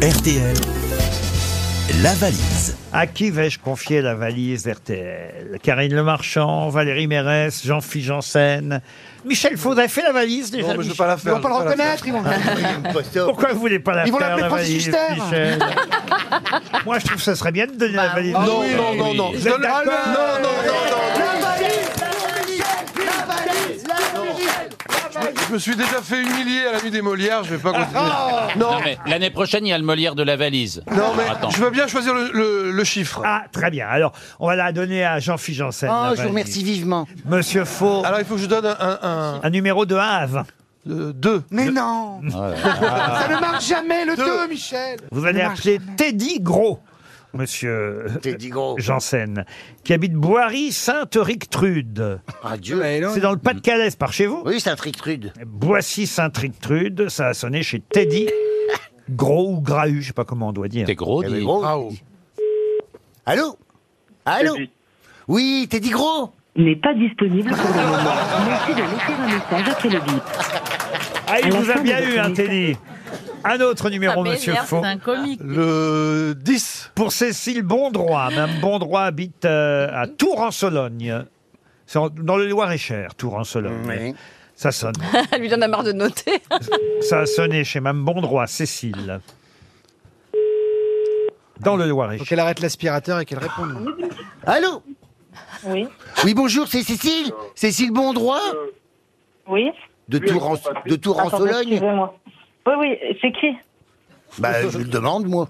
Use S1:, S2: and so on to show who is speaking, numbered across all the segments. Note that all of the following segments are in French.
S1: RTL, la valise.
S2: À qui vais-je confier la valise RTL Karine Le Marchand, Valérie Mérès, Jean-Philippe Janssen. Michel Faudre a fait la valise déjà.
S3: Non, mais je veux
S2: Michel
S3: pas la faire.
S4: Ils vont pas le reconnaître, ils vont
S2: Pourquoi vous voulez pas la
S4: Ils vont
S2: faire
S4: l'appeler
S2: la
S4: Francis
S2: valise,
S4: Huster.
S2: Michel Moi, je trouve que ça serait bien de donner
S4: Bah
S2: la
S4: Ah
S2: valise.
S3: Non, non, non, non.
S2: Vous êtes
S3: Non, non,
S2: d'accord
S3: non, non, non. Je me suis déjà fait humilier à la nuit des Molières, je vais pas continuer. Non,
S5: Non, mais l'année prochaine, il y a le Molière de la valise.
S3: non, mais
S5: Attends.
S3: je veux bien choisir le, le- le chiffre.
S2: Ah, très bien. Alors, on va la donner à Jean-Philippe Janssen. la
S4: Oh, je
S2: valise.
S4: vous remercie vivement.
S2: Monsieur Faux,
S3: Alors il faut que je donne un
S2: un numéro de 1 à 20.
S3: 2.
S4: Mais non Ça ne marche jamais, le 2, Michel
S2: Vous allez
S4: Ça marche
S2: appeler Teddy Gros, monsieur
S6: Teddy Gros.
S2: Janssen, qui habite Boiry-Sainte-Rictrude.
S6: Ah Dieu.
S2: C'est dans le Pas-de-Calais, c'est par chez vous
S6: Oui, c'est un fric-trude.
S2: Boissy-Sainte-Rictrude, ça a sonné chez Teddy Gros ou Grahu, je sais pas comment on doit dire.
S5: T'es gros,
S6: Eh
S5: dis.
S6: ben, gros. Allô Allô Oui, t'es dit gros
S7: n'est pas disponible pour le moment. Merci de laisser un message après le bip.
S2: Ah, il
S7: À la
S2: vous a
S7: fin
S2: bien
S7: de
S2: eu,
S7: votre
S2: hein,
S7: message.
S2: Teddy Un autre numéro, monsieur Faux.
S8: comique.
S3: Le 10.
S2: Pour Cécile Bondroit, Mme Bondroit habite euh, à Tours-en-Sologne. C'est en- dans le Loir-et-Cher, Tours-en-Sologne.
S6: Oui.
S2: Ça sonne.
S8: Elle lui donne la marre de noter.
S2: Ça a sonné chez Mme Bondroit, Cécile. Dans le Loir-et-Cher.
S4: qu'elle arrête l'aspirateur et qu'elle réponde.
S6: Allô
S9: Oui, Euh,
S6: Oui, bonjour, c'est Cécile Cécile Bondroit
S9: oui.
S6: De Tours en, de Tours en
S9: Attendez,
S6: Sologne
S9: Excusez-moi. Oui, oui, c'est qui
S6: Bah, je le demande, moi.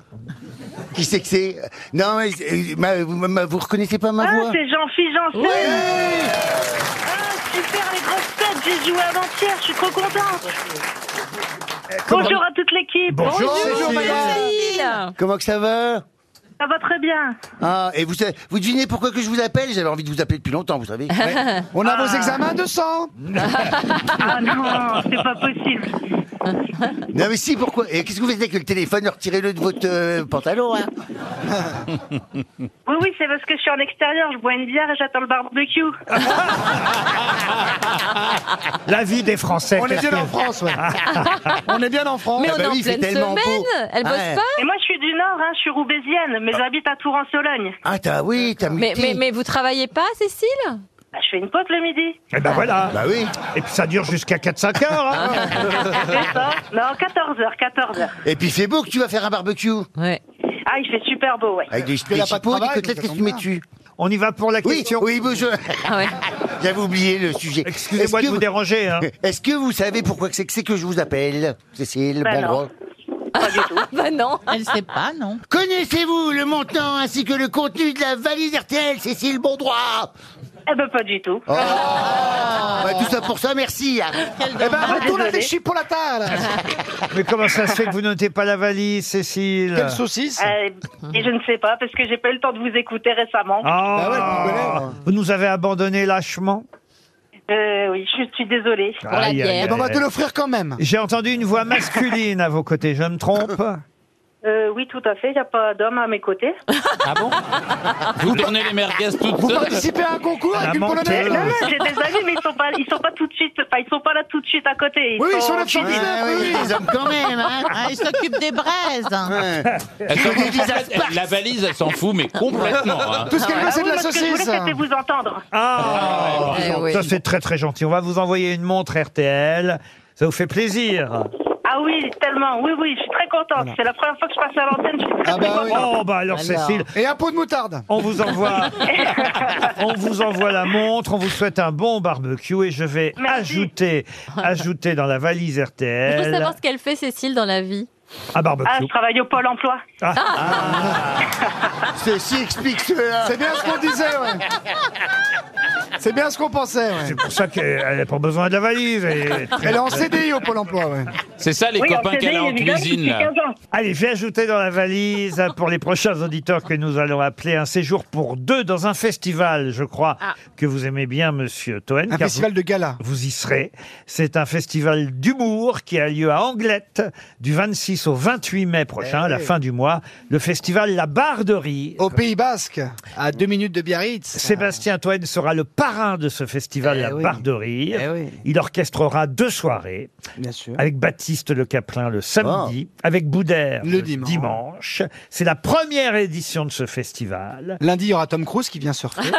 S6: Qui c'est que c'est Non, mais, euh, ma- vous- ma- vous reconnaissez pas ma
S9: Ah,
S6: voix
S9: c'est Jean-Philippe Janssen
S6: Oui
S9: Ah, super, les grosses têtes, j'ai joué avant-hier, je suis trop contente Bonjour à toute l'équipe
S2: Bonjour.
S6: Bonjour, madame.
S8: Ah
S6: Comment que ça va
S9: Ça va très bien
S6: Ah, et vous, savez- vous devinez pourquoi que je vous appelle J'avais envie de vous appeler depuis longtemps, vous savez.
S4: On a vos examens de sang
S9: Ah non, c'est pas possible
S6: Non mais si, pourquoi Et qu'est-ce que vous faites avec le téléphone Retirez-le de votre euh, pantalon, hein
S9: Oui, oui, c'est parce que je suis en extérieur, je bois une bière et j'attends le barbecue
S2: La vie des Français.
S4: On est bien en France, ouais. On est bien en France.
S8: Mais
S6: Ah
S8: on
S6: bah
S8: est en
S6: oui, il fait
S8: pleine
S6: tellement
S8: semaine.
S6: beau.
S8: Elle bosse
S6: Ouais.
S8: pas.
S9: Et moi, je suis du Nord, hein, je suis roubaisienne, mais j'habite à Tours-en-Sologne
S6: Ah t'as, oui, t'as
S8: Mais,
S6: muté
S8: mais, mais vous travaillez pas, Cécile
S9: Bah, Je fais une pote le midi
S2: Et ben voilà.
S6: Bah oui
S2: Et puis ça dure jusqu'à 4-5 heures. hein.
S4: Ah.
S9: C'est ça Non, 14h, 14h
S6: Et puis c'est beau que tu vas faire un barbecue
S8: Ouais.
S9: Ah, il fait super beau, ouais
S6: Avec des,
S4: qu'elle
S6: des
S4: a pas de
S6: chipots, des
S4: travail,
S6: côtelettes,
S4: donc
S6: qu'est-ce que
S4: ça
S6: tu mets
S4: tombe
S6: dessus
S2: On y va pour la
S6: Oui,
S2: question.
S6: oui, bonjour
S8: Ah ouais.
S6: J'avais oublié le sujet.
S2: Excusez-moi de
S6: Est-ce que
S2: vous déranger. hein.
S6: Est-ce que vous savez pourquoi que c'est que, c'est que je vous appelle Cécile,
S9: Bah
S6: bon
S9: non.
S6: droit.
S8: Bah non.
S10: Elle sait pas, non
S6: Connaissez-vous le montant ainsi que le contenu de la valise RTL, Cécile Bondroit
S9: Eh ben, pas du tout
S4: Oh.
S6: Bah, Tout ça pour ça, merci hein.
S4: Eh ben, retourne à
S9: Désolé.
S4: des chipolatas, là
S2: Mais comment ça se fait que vous notez pas la valise, Cécile
S4: Quelle saucisse
S9: Euh, et je ne sais pas, parce que j'ai pas eu le temps de vous écouter récemment.
S2: Ah,
S4: Bah ouais, vous
S2: vous nous avez abandonné lâchement.
S9: Euh, oui, je suis désolée.
S2: Aïe,
S8: la
S2: aïe,
S8: bière.
S2: aïe,
S4: Eh ben, on va
S2: aïe.
S4: te l'offrir quand même.
S2: J'ai entendu une voix masculine à vos côtés, je me trompe
S9: Euh, oui, tout à fait, il n'y a pas d'homme à mes côtés.
S5: Ah bon Vous tournez les merguez toutes
S4: Vous
S5: seules
S4: participez à un concours avec une
S2: La menteuse.
S4: polonaise
S9: Non, non, j'ai des amis, mais ils sont pas, ils sont pas tout de suite, enfin, ils sont pas là tout de suite à côté. Ils Ah
S4: Oui, oui, sur le
S6: Ouais, ouais, les hommes quand même hein.
S10: Ah, Il s'occupe des braises.
S6: Ouais.
S5: Elle s'en fout
S6: des visages
S5: complète- La valise, elle s'en fout, mais complètement. hein.
S4: Tout ce qu'elle
S9: Ah
S4: veut, c'est
S9: oui,
S4: de la
S9: moi, Ce que je
S4: saucisse.
S9: voulais, c'était vous entendre.
S2: Ah
S8: Eh oui.
S2: Ça c'est très très gentil. On va vous envoyer une montre RTL. Ça vous fait plaisir.
S9: Ah oui, tellement. Oui, oui, je suis très contente. C'est la première fois que je passe à l'antenne. Je suis très,
S4: Ah bah
S9: très
S4: oui.
S9: contente.
S2: Oh bah alors Cécile,
S4: Et un pot de moutarde.
S2: on vous envoie on vous envoie la montre, on vous souhaite un bon barbecue et je vais
S9: Merci.
S2: ajouter ajouter dans la valise
S8: Je veux
S2: RTL
S8: savoir ce qu'elle fait, Cécile, dans la vie.
S2: un
S9: Ah, je
S2: barbecue.
S9: travaille au Pôle emploi.
S6: Ceci explique cela.
S4: C'est bien ce qu'on disait, ouais. C'est bien ce qu'on pensait, ouais.
S2: C'est pour ça qu'elle n'a pas besoin de la valise. Et-
S4: Elle est en CDI au Pôle emploi, ouais.
S5: C'est ça, les
S9: oui, en
S5: copains
S9: CDI,
S5: qu'elle a en
S9: évidemment,
S5: cuisine,
S9: depuis
S5: là.
S9: 15 ans.
S2: Allez, j'ai ajouté dans la valise pour les prochains auditeurs que nous allons appeler un séjour pour deux dans un festival, je crois, que vous aimez bien, monsieur Toen.
S4: Un
S2: car
S4: festival de gala.
S2: vous, vous y serez. C'est un festival d'humour qui a lieu à Anglette du 26 au 28 mai prochain,
S4: Eh
S2: à la fin du mois. Le festival La Barre de Rire.
S4: Au Pays Basque, à deux minutes de Biarritz.
S2: Sébastien Toen sera le parrain de ce festival
S4: Eh
S2: La
S4: oui.
S2: Barre de Rire.
S4: Eh oui.
S2: Il orchestrera deux soirées
S4: Bien sûr.
S2: avec Baptiste Jean-Baptiste Le Caplin le samedi, avec Boudère
S4: Le
S2: le,
S4: dimanche.
S2: dimanche. C'est la première édition de ce festival.
S4: Lundi, il y aura Tom Cruise qui vient surfer.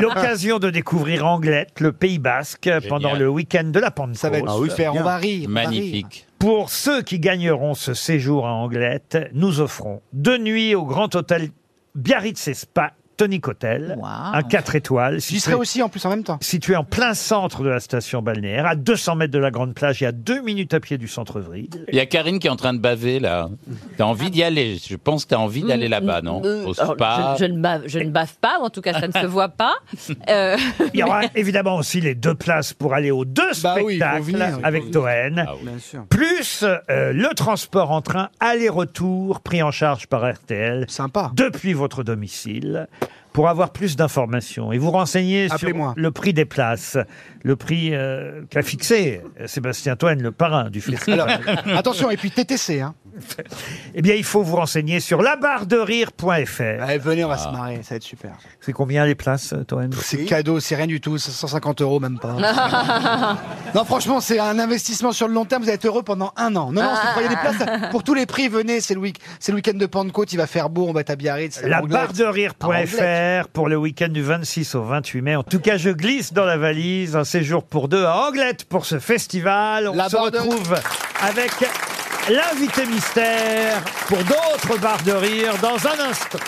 S2: L'occasion de découvrir Anglette, le Pays Basque, pendant le week-end de la Pentecôte.
S4: Ça va être super. On va rire. on va rire.
S5: Magnifique.
S2: Pour ceux qui gagneront ce séjour à Anglette, nous offrons deux nuits au Grand Hôtel Biarritz et Spa, Tonic Hotel,
S10: Wow.
S2: un 4 étoiles,
S4: J'y
S2: situé,
S4: serai aussi en plus en même temps.
S2: situé en plein centre de la station balnéaire, à 200 mètres de la grande plage et à 2 minutes à pied du centre-ville.
S5: Il y a Karine qui est en train de baver là. T'as envie d'y aller Je pense que t'as envie d'aller là-bas, non
S8: Euh,
S5: Au
S8: alors,
S5: spa.
S8: je, je ne bave, je ne bave pas, ou en tout cas, ça ne se voit pas. Euh,
S2: Il y aura évidemment aussi les deux places pour aller aux deux
S4: Bah oui, il faut
S2: spectacles
S4: venir, il faut
S2: avec Toen.
S5: Ah oui.
S4: Bien sûr.
S2: Plus euh, le transport en train aller-retour pris en charge par RTL
S4: Sympa.
S2: depuis votre domicile. Pour avoir plus d'informations et vous renseigner sur
S4: Appelez-moi.
S2: le prix des places, le prix euh, qu'a fixé Sébastien Toine, le parrain du festival,
S4: Attention, et puis TTC. Hein.
S2: eh bien, il faut vous renseigner sur labarderire.fr.
S4: Allez, venez, on va se marrer, ça va être super.
S2: C'est combien les places, Toine
S4: Ah. C'est cadeau, c'est rien du tout, c'est 150 euros même pas. non, franchement, c'est un investissement sur le long terme, vous allez être heureux pendant un an. Non, non, si vous croyez des places, pour tous les prix, venez, c'est le, week- c'est le week-end de Pentecôte, il va faire beau, on va être à Biarritz. c'est à Anglette.
S2: Labarderire.fr pour le week-end du 26 au 28 mai. En tout cas, je glisse dans la valise un séjour pour deux à Anglette pour ce festival. On
S4: La
S2: se
S4: barre de-
S2: retrouve avec l'invité mystère pour d'autres barres de rire dans un instant.